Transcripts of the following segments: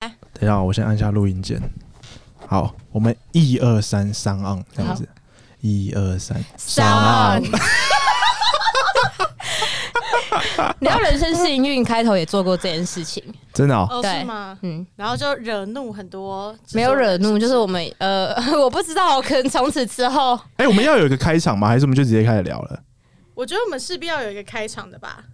等一下，我先按下录音键。好，我们一二三上岸这样子，一二三上。 你知道人生是营运开头也做过这件事情，真的哦，哦，对是吗？嗯，然后就惹怒很多，没有惹怒，就是不我们呃， 我不知道，可能从此之后，哎、我们要有一个开场吗？还是我们就直接开始聊了我觉得我们势必要有一个开场的吧。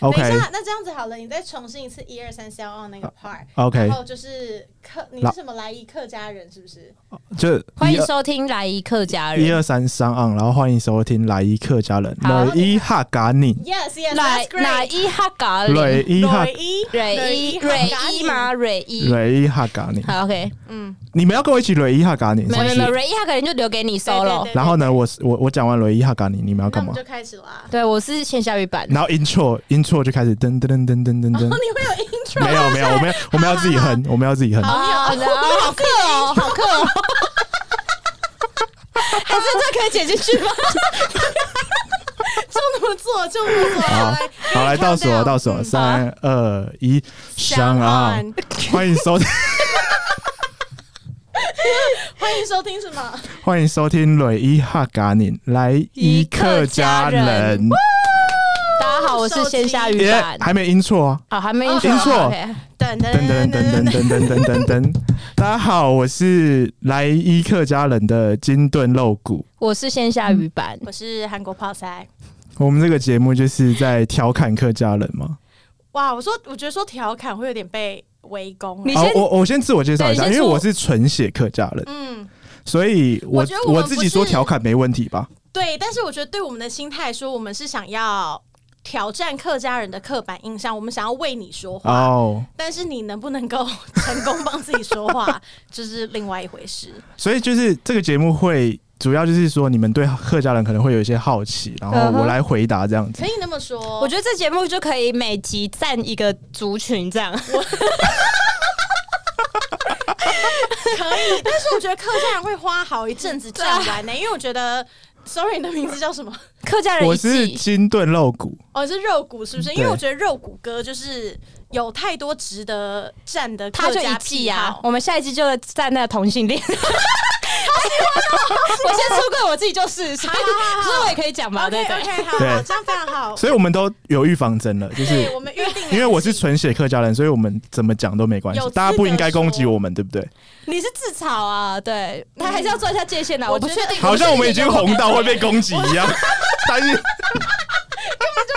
？OK 等一下，那这样子好了，你再重新一次一二三 s o 那个 part，然 OK，后就是客，你老是什么来意客家人是不是？就欢一迎二收听来一客家一人，二三上岸，然后欢迎收听来一客家人，好雷一哈嘎你， Yes, yes, 来 that's 哪 great。一哈嘎里，雷一哈哪一蕊一蕊一吗？？蕊一，雷一哈嘎你，好 OK，嗯，你们要跟我一起雷一哈嘎你，没有没有是没不有，是蕊一哈嘎里就留给你 solo，对然后呢，我是我我讲完雷一哈嘎你，你们要那干我嘛们？就开始啊啦。对我是线下语版， 然后 intro intro 就开始噔噔噔噔噔噔哦，你噔，会有 intro？没有没有，我们要我们要自己哼，我们要自己哼。 啊，好客哦，好客哦，还是这可以剪进去吗？就那么做，就那么做。好来好，来倒数哦，倒数哦，三二一，上岸！欢迎收听， 欢迎收听什么？欢迎收听《雷伊哈嘎宁来一客家人》大家好，我是线下语耶，版，还没音错啊！好，还没哦音错 OK 等等噔噔噔噔噔噔噔噔噔。大家好，我是来一客家人的金盾肉骨。我是线下语版，我是韩国泡菜。我们这个节目就是在调侃客家人嘛。哇，我说，我觉得说调侃会有点被围攻。啊你好先，啊我我先自我介绍一下，对因你为先说我是纯血客家人，嗯，所以我我觉得我们自己说不是调侃没问题吧？对，但是我觉得对我们的心态说，我们是想要挑战客家人的刻板印象，我们想要为你说话，哦，但是你能不能够成功帮自己说话， 这是另外一回事。所以就是这个节目会主要就是说，你们对客家人可能会有一些好奇，然嗯后哼我来回答这样子可。以那么说，我觉得这节目就可以每集占一个族群这样。 得可以， 但是我觉得客家人会花好一阵子站完呢、因为我觉得。sorry，你的名字叫什么？客家人我一是季，金盾肉骨， 哦，是肉骨是不是？因为对我觉得肉骨哥就是有太多值得站的他客就一家季癖啊好，我们下一季就站那同性恋。哦我先出柜，我自己就是，所以所以我也可以讲吧，对 OK 不对？ OK，好，对好这样非常好。所以我们都有预防针了，就是对，我们预定了，因为我是纯血客家人，所以我们怎么讲都没关系有，资大家不应该格说攻击我们，对不对？你是自嘲啊，对，他还是要做一下界限的。啊我我不觉确得定，好像我不们已确定经红到会被攻击一 样，但是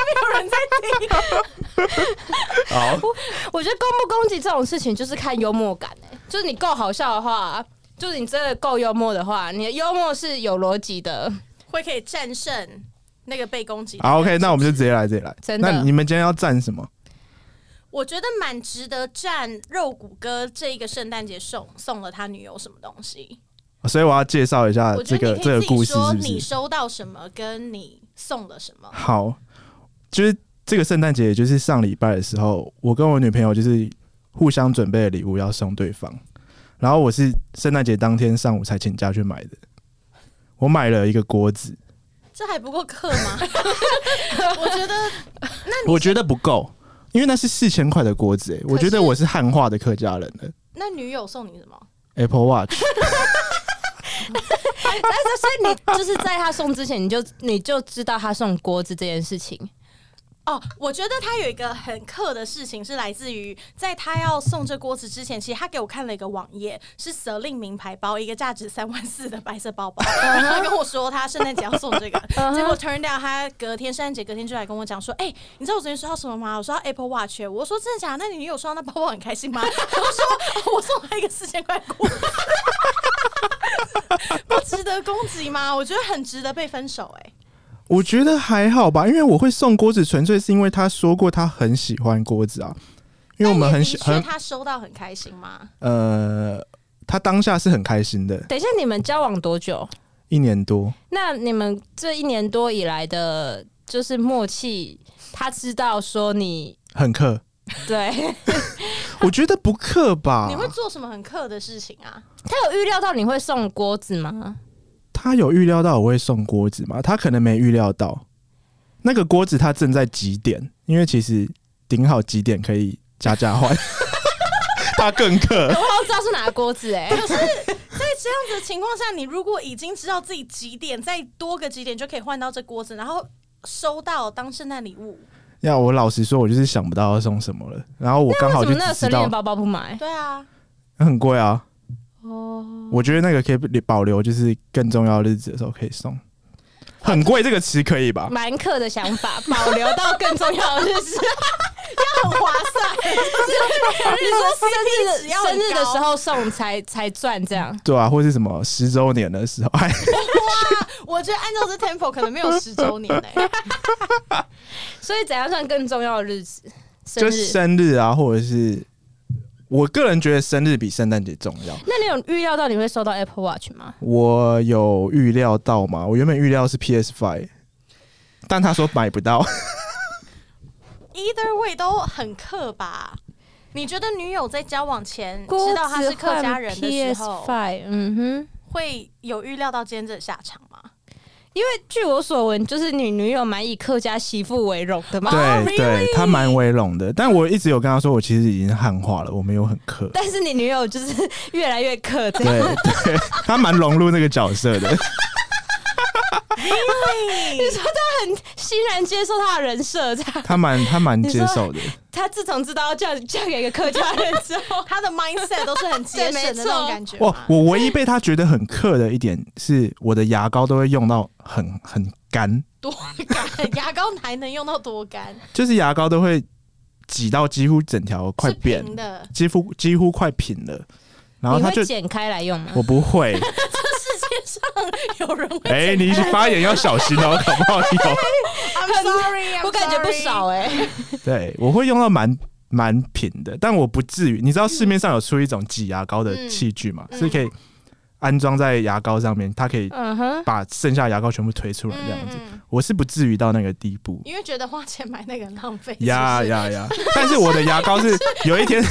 没有人在听。好， 我觉得攻不攻击这种事情就是看幽默感、欸，就是你够好笑的话，就是你真的够幽默的话，你的幽默是有逻辑的，会可以战胜那个被攻击的。好 OK，那我们就直接来，直接来。真的那你们今天要站什么？我觉得蛮值得站肉骨哥这一个圣诞节送送了他女友什么东西。所以我要介绍一下我这觉个得你呃这可个以自己故事，说是不你是？收到什么，跟你送了什么。好，就是这个圣诞节，也就是上礼拜的时候，我跟我女朋友就是互相准备了礼物要送对方，然后我是圣诞节当天上午才请假去买的，我买了一个锅子，这还不够克吗？ 我觉得我觉得不够，因为那是四千块的锅子、欸，我觉得我是汉化的客家人了。那女友送你什么？ Apple Watch， 但是所以你就是在他送之前，你就你就知道他送锅子这件事情，哦，我觉得他有一个很克的事情是来自于，在他要送这锅子之前，其实他给我看了一个网页，是舍令名牌包，一个价值三万四的白色包包。然后他跟我说他圣诞节要送这个嗯哼结果 turn down，他隔天圣诞节隔天就来跟我讲说，哎、你知道我昨天收到什么吗？我收到 Apple Watch，欸我说真的假的？那你有收到那包包很开心吗？ 他说、哦我送他一个四千块锅子，不值得攻击吗？我觉得很值得被分手、哎。我觉得还好吧，因为我会送锅子，纯粹是因为他说过他很喜欢锅子啊，因为我们很喜但也很的确他收到很开心吗？呃，他当下是很开心的，等一下你们交往多久？一年多。那你们这一年多以来的，就是默契，他知道说你很克，对 我觉得不克吧你。会做什么很克的事情啊？他有预料到你会送锅子吗？他有预料到我会送锅子吗？他可能没预料到，那个锅子他 正在几点，因为其实顶好几点可以加价换。他更克我。好像知道是哪个锅 子哎、可是，在这样子的情况下，你如果已经知道自己几点，再多个几点就可以换到这锅子，然后收到当圣诞礼物。要我老实说，我就是想不到要送什么了。然后我刚好为什就么只那个知神力道的包包不买？对啊，很贵啊，哦，我觉得那个可以保留，就是更重要的日子的时候可以送。很贵这个词可以吧？蛮克的想法，保留到更重要 的就是，很划算。你说生日 CP 值的要很生日的高时候送才才赚这样。对啊，或是什么十周年的时候，哎，我觉得按照这 tempo 可能没有十周年嘞、所以怎样算更重要的日子？生就日？生日啊，或者是我个人觉得生日比圣诞节重要。那你有预料到你会收到 Apple Watch 吗？我有预料到吗？我原本预料是 PS Five，但他说买不 到。 Either way 都很克吧？你觉得女友在交往前郭知道他是客家人的时 PS 候， Five，嗯哼。会有预料到今天这个下场吗？，因为据我所闻，就是你女友蛮以客家媳妇为荣的嘛。对对，他蛮围拢的，但我一直有跟他说，我其实已经汉化了，我没有很克。但是你女友就是越来越客这对样。对， 他蛮融入那个角色的。你说她很欣然接受她的人设，这样。他蛮他蛮你接说受的，她自从知道要嫁嫁给一个客家人之后他的 mindset 都是很节省的那种感觉啊哇吗，？我唯一被他觉得很克的一点是，我的牙膏都会用到很很干，多干，牙膏还能用到多干？就是牙膏都会挤到几乎整条快是扁，平的，几乎几乎快平了。然后你他就会剪开来用吗？我不会， 有人会哎、你发言要小心哦， 好不好？有 I'm sorry，I'm 我感觉不 sorry 少哎、对，我会用到蛮蛮平的，但我不至于。你知道市面上有出一种挤牙膏的器具嘛，嗯是可以安装在牙膏上面，它可以嗯哼，把剩下的牙膏全部推出来这样子。嗯嗯我是不至于到那个地步。因为觉得花钱买那个很浪费。呀是不是呀呀！但是我的牙膏是有 一天，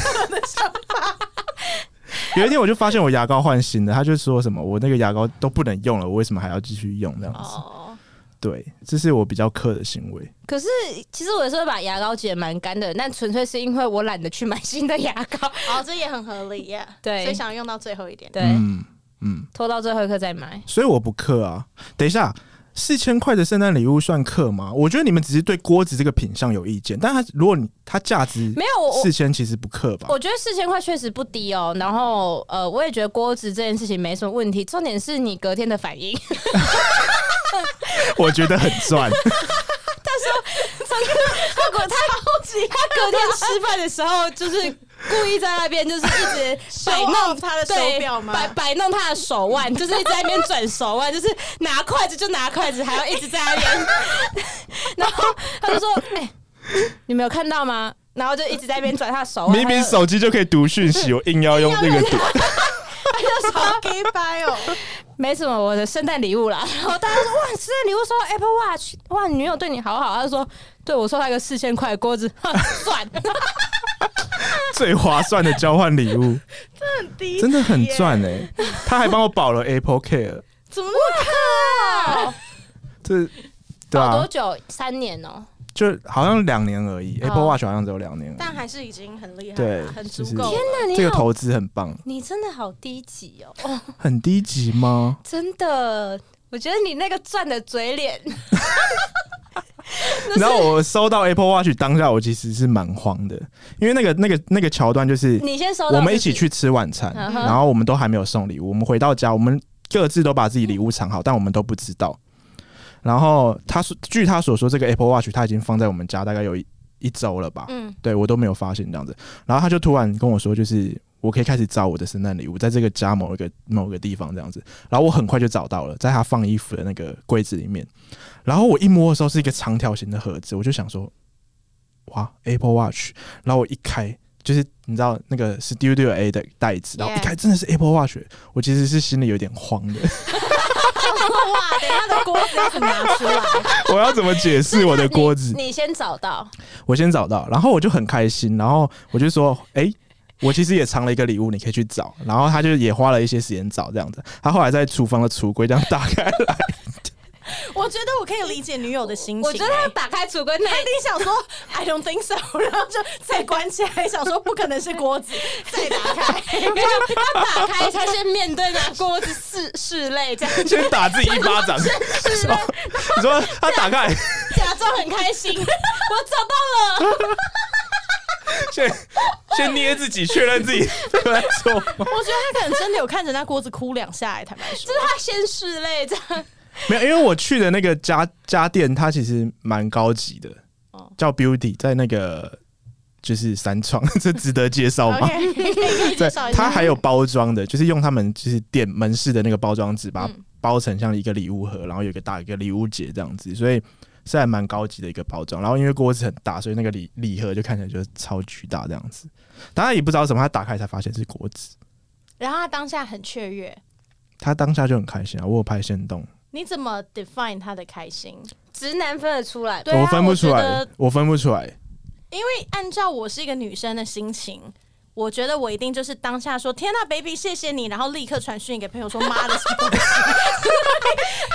有一天我就发现我牙膏换新的，他就说什么我那个牙膏都不能用了，我为什么还要继续用这样子？哦，对，这是我比较克的行为。可是其实我有时候把牙膏挤得蛮干的，但纯粹是因为我懒得去买新的牙膏，好，这也很合理 耶。对所以想用到最后一点。对，嗯嗯，拖到最后一刻再买。所以我不克啊。等一下，四千块的圣诞礼物算克吗？我觉得你们只是对锅子这个品相有意见，但它如果你它价值没有我我四千，其实不克吧？我觉得四千块确实不低哦，然后呃，我也觉得锅子这件事情没什么问题，重点是你隔天的反 应。 我觉得很赚。他隔他他隔天吃饭的时候，就是故意在那边就是一直摆摆弄弄他 的手对表吗？摆摆弄他的手腕，就是一直在那边转手腕，就是拿筷子就拿筷子，还要一直在那边。 然后他就说：“哎、你没有看到吗？”然后就一直在那边转他的手腕，明明他就手机就可以读讯息，我硬要用那个读。好 gay bye 哦，没什么我的圣诞礼物啦。 然后大家说：“哇，圣诞礼物收到 Apple Watch，哇，你女友对你好好。”他就说：“对我收到一个四千块的锅子， 哼算。” 最划算的交换礼物，很低，真的很。赚哎、他还帮我保了 Apple Care，怎么那么靠？这对搞啊多啊，久？三年哦、就好像两年而已、哦 a p p l e Watch 好像只有两年而已，但还是已经很厉害对了，很就足是够了。那这你个好，投资很棒，你真的好低级哦、哦，很低级吗？真的，我觉得你那个赚的嘴 脸，是然后我收到 Apple Watch 当下，我其实是蛮慌的，因为那个那个那个桥段就是你先收到，我们一起，去吃晚餐，嗯哼然后我们都还没有送礼物，我们回到家，我们各自都把自己礼物藏好，但我们都不知道。然后他说，据他所说，这个 Apple Watch 他已经放在我们家大概有一一周了吧？嗯，对我都没有发现这样子。然后他就突然跟我说，就是我可以开始找我的圣诞礼物，在这个家某一个某个地方这样子。然后我很快就找到了，在他放衣服的那个柜子里面。然后我一摸的时候是一个长条形的盒子，我就想说，哇，Apple Watch。然后我一开，就是你知道那个 Studio A 的袋子，然后一 Yeah 开真的是 Apple Watch，我其实是心里有点慌 的，哇，等一下的锅子要怎么拿出来？我要怎么解释我的锅子？你先找到，我先找到，然后我就很开心，然后我就说，哎、我其实也藏了一个礼物，你可以去找。然后他 就也花了一些时间找这样子，他后来在厨房的橱柜这样打开来，我 我觉得我可以理解女友的心情、我觉得 他打开橱柜他那一定想说 I don't think so，然后就再关起来，想说不可能是锅子，再打开。一， 没有他打开，他先面对拿锅子室室内这样， 先打自己一巴掌。室内 你说他打开来，假装很开心， 我找到了。先先捏自己，确认自 己没有在做梦。 我觉得他可能真的有看着那锅子哭两下、哎，坦白说就。是他先室内这样，没有，因为我去的那个家家店，它其实蛮高级的哦，叫 Beauty，在那个就是三创，这值得介绍吗？ OK，可以 可以 介对绍，一下。它还有包装的，就是用他们就是店门市的那个包装纸，把它嗯包成像一个礼物盒，然后有一个大一个礼物节这样子，所以是还蛮高级的一个包装。然后因为锅子很大，所以那个礼礼盒就看起来就是超巨大这样子。当然也不知道什么，他打开才发现是锅子，然后他当下很雀跃，他当下就很开心啊！我有拍现动，你怎么 define 他的开心？直男分得出来吗。对啊我分不出我觉来得，我分不出来。因为按照我是一个女生的心情，我觉得我一定就是当下说：“天呐、b a b y 谢谢你！”然后立刻传讯给朋友说：“妈的，什么 东西？”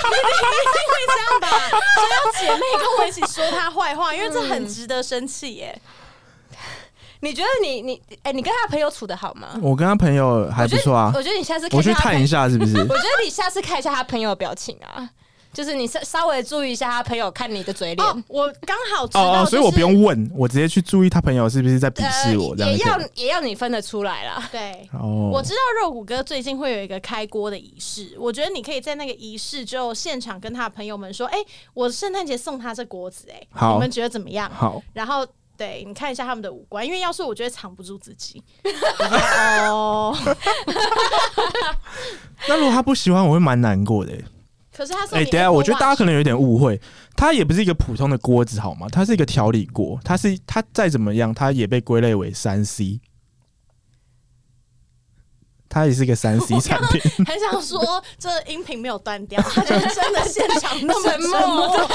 你一定会这样吧？所以要姐妹跟我一起说他坏话，因为这很值得生气耶。你觉得你你哎、你跟他朋友处的好吗？我跟他朋友还不错啊，我觉得你下次看我去一下他朋探一下是不是？我觉得你下次看一下他朋友的表情啊，就是你稍稍微注意一下他朋友看你的嘴脸。哦，我刚好知道、哦就哦，是所以我不用问，我直接去注意他朋友是不是在鄙呃视我这也样要子。也要你分得出来啦。对。哦，我知道肉骨哥最近会有一个开锅的仪式，我觉得你可以在那个仪式之后现场跟他的朋友们说：“哎、我圣诞节送他这锅子、哎，好你们觉得怎么样？”好，然后对你看一下他们的五官，因为要是我觉得藏不住自 己。哦，那如果他不喜欢，我会蛮难过的欸、可是他送哎、你 Apple Watch，等一下，我觉得大家可能有点误会，它也不是一个普通的锅子好吗？它是一个调理锅，它是它再怎么样，它也被归类为三 C，它也是一个三 C 产品。很想说这音频没有断掉，他就真的现场那么那么 沉 默默。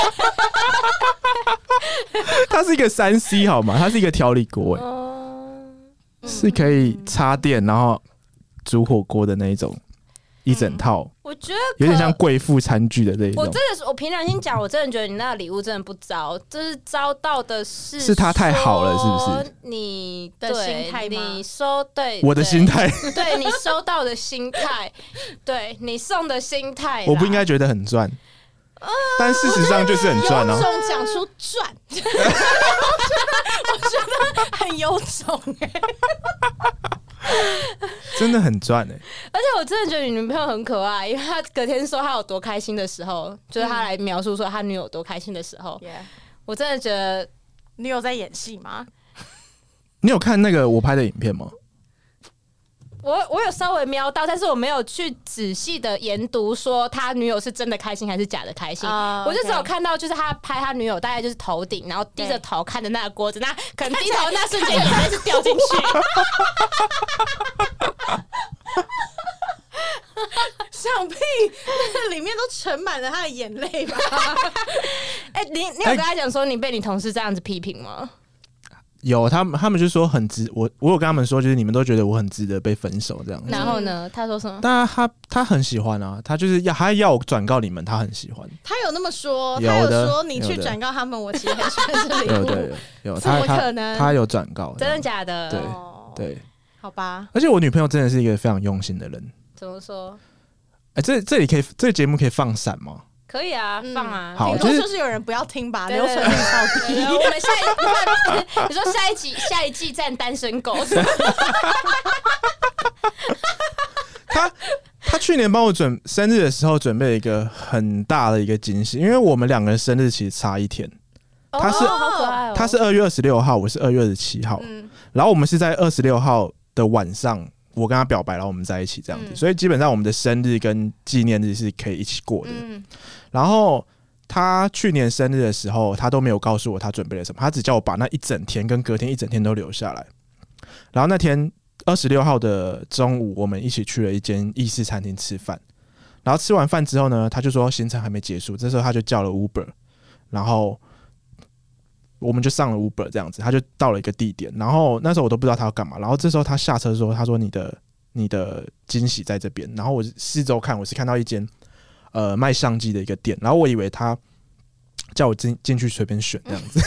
它是一个三 C 好吗？它是一个调理锅、欸，嗯，是可以插电然后煮火锅的那一种，一整套，我觉得可有点像贵妇餐具的这一我种。真的是，我凭良心讲，我真的觉得你那个礼物真的不糟，就是糟到的是是他太好了说是不你的对心态吗你收对我的对心态，对你收到的心态，对你送的心态啦， 我不应该觉得很赚，但事实上就是很赚有哦、种讲出 赚，我觉得很有种哎、真的很赚哎、而且我真的觉得你女朋友很可爱，因为她隔天说她有多开心的时候，就是嗯她来描述说她女友有多开心的时候，我真的觉得你有在演戏吗？你有看那个我拍的影片吗？我我有稍微瞄到，但是我没有去仔细的研读说他女友是真的开心还是假的开心。啊我就只有 OK 看到就是他拍他女友大概就是头顶，然后低着对头看着那个锅子，那可能低头那瞬间眼泪是掉进去。 想必那里面都盛满了他的眼泪吧。哎、你你有跟他讲说你被你同事这样子批评吗？有，他们他们就说很值我，我有跟他们说，就是你们都觉得我很值得被分手这样子。然后呢，他说什么？但他他很喜欢啊，他就是要他要我转告你们，他很喜欢。他有那么说，有他有的说你去有的转告他们，我其实很喜欢这有里。对有有，怎么他可他能他有转告，真的假的？对哦，对，好吧，而且我女朋友真的是一个非常用心的人。怎么说？哎、这这里可以这个节目可以放闪吗？可以啊，嗯放啊。好就顶多是就是有人不要听吧，对留存率超对低。我们下一 你说下一集下一季站单身狗，他他去年帮我准生日的时候准备了一个很大的一个惊喜，因为我们两个人生日其实差一天，他是 哦好可 爱哦，他是二月二十六号，我是二月二十七号，嗯然后我们是在二十六号的晚上，我跟他表白，然后我们在一起这样子，嗯所以基本上我们的生日跟纪念日是可以一起过的。嗯然后他去年生日的时候，他都没有告诉我他准备了什么，他只叫我把那一整天跟隔天一整天都留下来。然后那天二十六号的中午，我们一起去了一间意式餐厅吃饭。然后吃完饭之后呢，他就说行程还没结束，这时候他就叫了 Uber，然后我们就上了 Uber 这样子，他就到了一个地点。然后那时候我都不知道他要干嘛。然后这时候他下车说：“他说你的你的惊喜在这边。”然后我四周看，我是看到一间呃卖相机的一个店，然后我以为他叫我进进去随便选这样子，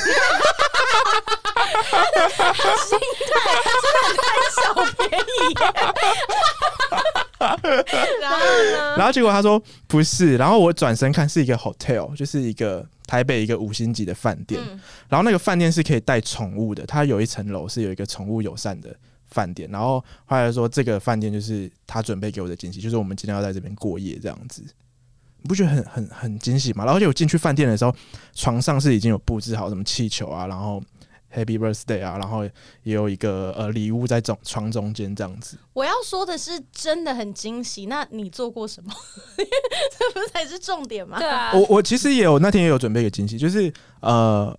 小便宜。然后呢？然后结果他说不是，然后我转身看是一个 hotel，就是一个台北一个五星级的饭店，嗯然后那个饭店是可以带宠物的，它有一层楼是有一个宠物友善的饭店。然后后来说这个饭店就是他准备给我的惊喜，就是我们今天要在这边过夜这样子。你不觉得很很很惊喜吗？然后而且我进去饭店的时候，床上是已经有布置好什么气球啊，然后 Happy Birthday 啊，然后也有一个呃礼物在中床中间这样子。我要说的是，真的很惊喜。那你做过什么？ 这不才是重点吗？对啊，我我其实也有那天也有准备一个惊喜，就是呃，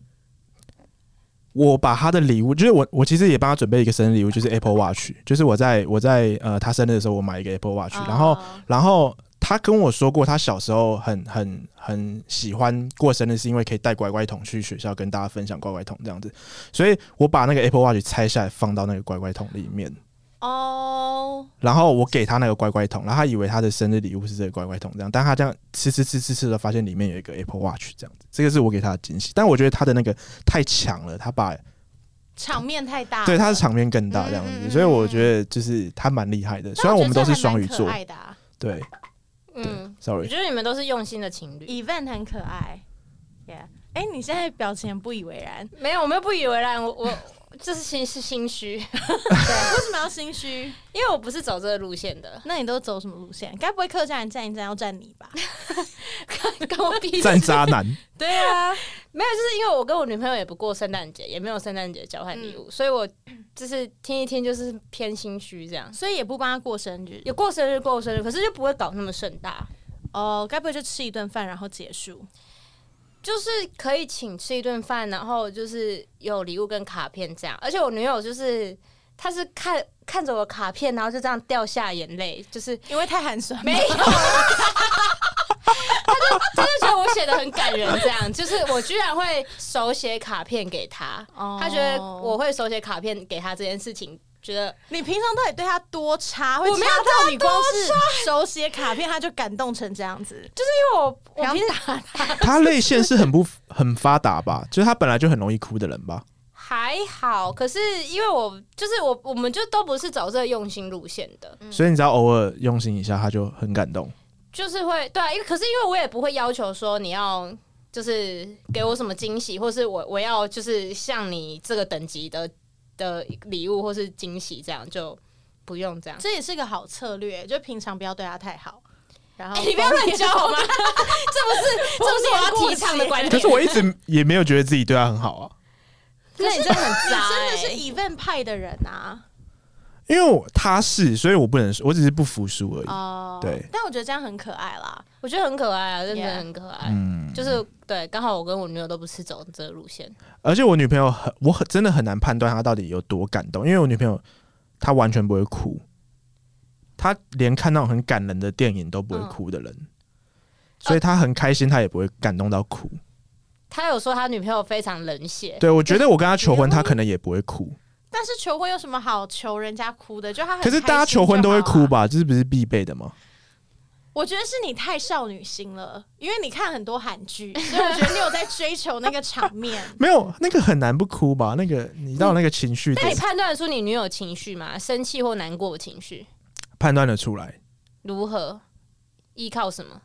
我把他的礼物，就是我我其实也帮他准备一个生日礼物，就是 Apple Watch，就是我在我在呃他生日的时候我买一个 Apple Watch，、然后啊然后他跟我说过，他小时候很很很喜欢过生日，是因为可以带乖乖桶去学校跟大家分享乖乖桶这样子，所以我把那个 Apple Watch 拆下来放到那个乖乖桶里面。哦，然后我给他那个乖乖桶，然后他以为他的生日礼物是这个乖乖桶这样，但他这样吃吃吃吃吃的，发现里面有一个 Apple Watch 这样子，这个是我给他的惊喜。但我觉得他的那个太强了，他把场面太大了，对他的场面更大这样嗯嗯子，嗯所以我觉得就是他蛮厉害的。虽但然我我觉们得都这是还双蛮鱼可座，爱的啊对对嗯，我，sorry，觉得你们都是用心的情侣。 event 很可爱，yeah。哎，你现在表情很不以为然，没有，我没有不以为然，我我这是心是心虚， 为什么要心虚？因为我不是走这个路线的， 那你都走什么路线？该不会客家人站一站要站你吧？跟我嗯比站渣男， 对啊，没有，就是因为我跟我女朋友也不过圣诞节，也没有圣诞节交换礼物，所以我就是听一听就是偏心虚这样。所以也不帮他过生日有过生日过生日，可是就不会搞那么盛大，哦，该不会就吃一顿饭然后结束？就是可以请吃一顿饭，然后就是有礼物跟卡片这样。而且我女友就是她是看看着我卡片，然后就这样掉下眼泪，就是因为太寒酸，没 有啦，他就他就觉得我写的很感人，这样就是我居然会手写卡片给他，哦他觉得我会手写卡片给他这件事情，觉得你平常到底对他多差？会我没差有到你光是手写卡片他就感动成这样子，就是因为我然我后平时他泪腺是很不很发达 吧？就是他本来就很容易哭的人吧？还好，可是因为我就是我我们就都不是走这个用心路线的，嗯所以你只要偶尔用心一下，他就很感 动。就是会对啊，因为可是因为我也不会要求说你要。就是给我什么惊喜，或是我我要就是像你这个等级的的礼物或是惊喜，这样就不用这样。这也是个好策略，就平常不要对他太好。然后 哎你不要乱教好吗？这不是 这不是我要提倡的观可点是。我一直也没有觉得自己对他很好啊，那你真的很你渣、真的是欸 event 派的人啊！因为我他是，所以我不能说，我只是不服输而已。哦，对但我觉得这样很可爱啦。我觉得很可爱啊，真的 Yeah 很可爱。嗯，就是对，刚好我跟我女友都不是走这个路线，而且我女朋友很，我很真的很难判断她到底有多感动，因为我女朋友她完全不会哭，她连看那种很感人的电影都不会哭的人，嗯所以她很开心，她也不会感动到哭。他有说他女朋友非常冷血，对我觉得我跟她求婚，你会她可能也不会 哭，但是求婚有什么好求人家哭的？就他很可是大家求婚都会吧。哭吧？这是不是必备的吗？我觉得是你太少女心了，因为你看很多 韩剧，所以我觉得你有在追求那个场面。 没有，那个很难不哭吧？那个你到那个情绪嗯那你点判断得出你女友情绪吗？生气或难过的情绪判断得出来，如何？依靠什 么？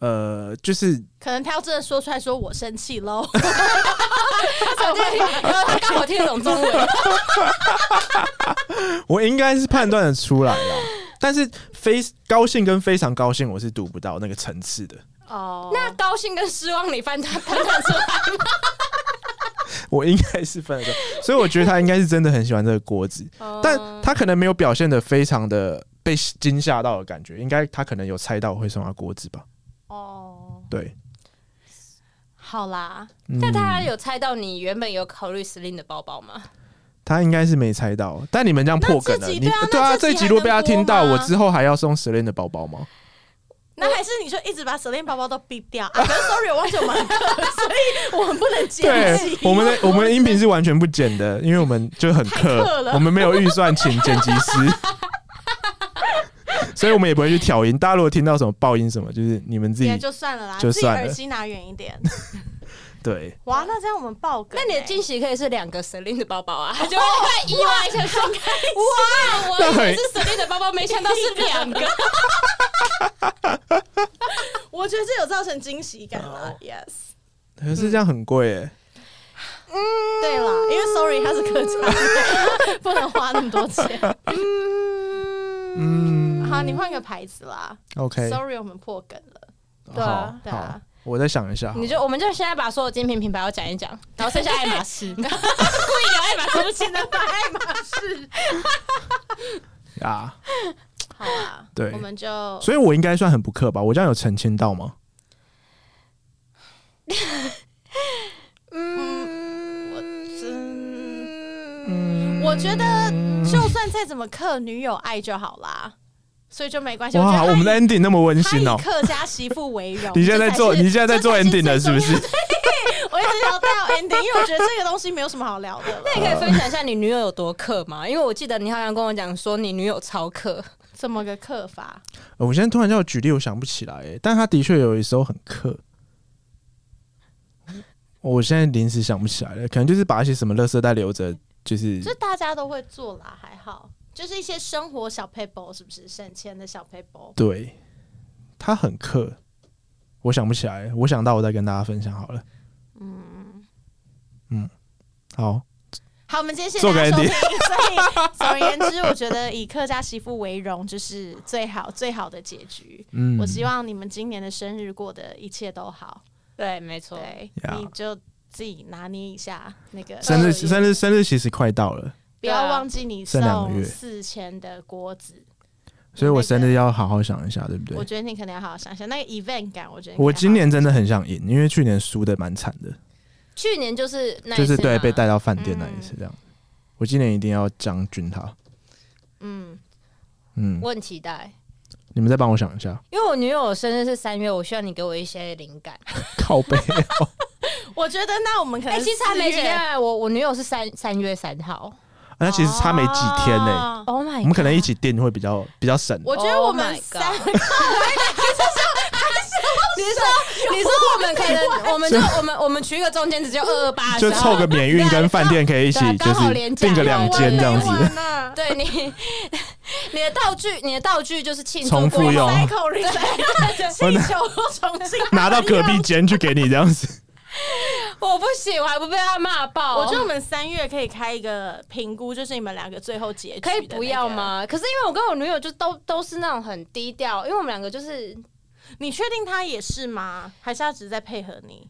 呃，就是可能他要真的说出来说我生气喽，他怎么会？然后啊他刚好听得懂中文，我应该是判断的出来啦，但是非高兴跟非常高兴，我是读不到那个层次的。 哦， 那高兴跟失望你判断判断出来嗯我应该是分得出来，所以我觉得他应该是真的很喜欢这个锅子，哦但他可能没有表现的非常的被惊吓到的感觉，应该他可能有猜到我会送他锅子吧？哦，对，好啦，嗯、但他有猜到你原本有考虑 Celine 的包包吗？他应该是没猜到，但你们这样破梗了，那这集你对啊对啊，那这这集集如果被他听到，还能播我吗之后还要送 Selin 的包包吗？那还是你就一直把手链包包都逼掉啊？可是 sorry，我忘记我们很客，所以我们不能接 对，我们的我们的音频是完全不剪的，因为我们就很太克克了， 我们没有预算请剪辑师，所以我们也不会去挑音。大家如果听到什么爆音什么，就是你们自己也就算了啦，就自己算了耳机拿远一点。对。 哇，那这样我们爆梗那欸、你的惊喜可以是两个 Celine 的包包 啊，他就会意外一下说：“哇，那我以很为是 Celine 的包包，没想到是两个。我觉得这有造成惊喜感啦。Yes，可是这样很贵哎、对啦，因为 Sorry 它是客家， 不能花那么多钱。嗯， 好，你换个牌子啦。 OK， Sorry，我们破梗了。对啊对好啊，我再想一下”好 你就我们就现在把所有精品品牌都讲一讲，然后剩下爱马 仕，故意留爱马仕不行的吧？爱马仕，啊， 好啦，对我们就所以我应该算很不克吧？我这样有澄清到吗？嗯我真，嗯，我觉得就算再怎么克，女友爱就好啦，所以就没关系。我觉哇，得我们的他以 ending 那么温他馨哦、，以客家媳妇为荣 你现在在做，这才是你现在在做 ending 了是不？这才最重要是的？ 我一直要带到 ending，因为我觉得这个东西没有什么好聊的了。 那你可以分享一下你女友有多克吗？因为我记得你好像跟我讲说你女友超克，怎么个克法？呃我现在突然叫我举例，我想不起来、欸，但他的确有的时候很克。我现在临时想不起来了，可能就是把一些什么垃圾袋留着，就是这大家都会做啦，还好，就是一些生活小 paper，是不是省钱的小 paper？对他很克。我想不起来，我想到我再跟大家分享好了。嗯嗯，好，好，我们今天谢谢做个大家收 ending 听。所以总而言之，我觉得以客家媳妇为荣，就是最好最好的结局。嗯，我希望你们今年的生日过得一切都好。对，没错对 Yeah 你就自己拿捏一下那个生日恶意生日生日其实快到了，不要忘记你剩两个送月四千的锅子。所以我生那日个要好好想一下，对不我对？觉得你可能要好好想想那个 event 感。我觉得你可以我今年好真的很想赢，因为去年输的蛮惨的。去年就是那一就是次对嘛被带到饭店那一次这样。我今年一定要将军他。嗯，嗯，我很期待，你们再帮我想一下，因为我女友生日是三月，我需要你给我一些灵感。靠背。哦好我觉得那我们可哎、能其实还没四几月天，我我女友是三三月三号。啊那其实差没几天欸呢、哦 Oh my，我们可能一起订会比较比较省。我觉得我们 Oh my 三 God 你说你说我们可能我们就我们我们取一个中间值就二二八，啊就凑个免运跟饭店可以一起，对就刚好是廉价订个两间这样子我。玩啊对你 你的道具你的道具就是庆祝重复过用后 recycle recycle，我拿气球重新。啊 拿到隔壁间去给你这样子，我不喜欢，不被他骂爆。我觉得我们三月可以开一个评估，就是你们两个最后结局、可以不要？吗？可是因为我跟我女友就都都是那种很低调，因为我们两个就是你确定他也是吗？还是他只是在配合你？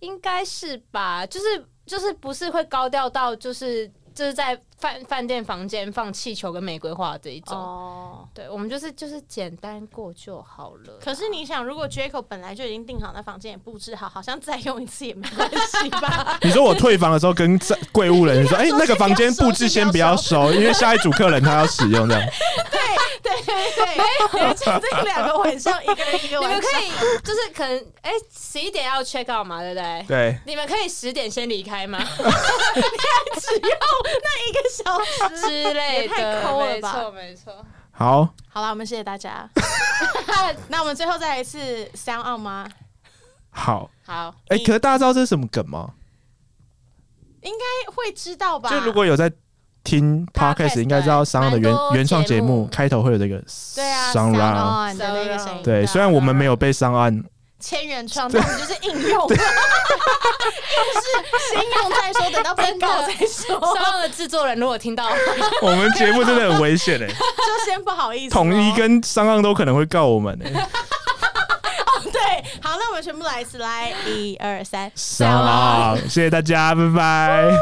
应该是吧，就是就是不是会高调到就是就是在饭饭店房间放气球跟玫瑰花这一种。哦。对，我们就是就是简单过就好了。可是你想，如果 Jaco 本来就已经订好那房间，也布置好，好像再用一次也没关系 吧？你说我退房的时候跟在柜务人员说，哎、你跟那他说个房间布置先不要收，因为下一组客人他要使用这样。对对 对，没有，这两个晚上，一个人一你个晚们上可。以就是可能哎十一点要 check out 嘛，对不对？对，你们可以十点先离开吗只用那一个小时。之类也的？太抠了没吧错没错。好，好了，我们谢谢大家。 那我们最后再来一次相奥吗？好，好，哎、你可是大家知道这是什么梗吗？应该会知道吧？就如果有在听 Podcast， podcast，应该知道商的原蛮多原创节节目目开头会有这个对啊，商 round。 on 的那个声音，啊对，虽然我们没有被上岸，千原创，但我们就是应用， 硬是先用再说，等到被告再说，上的制作人如果听到，我们节目真的很危险哎、就先不好意思咯。统一跟上岸都可能会告我们哎、对，好，那我们全部来一次，来一二三，上岸，谢谢大家，拜拜。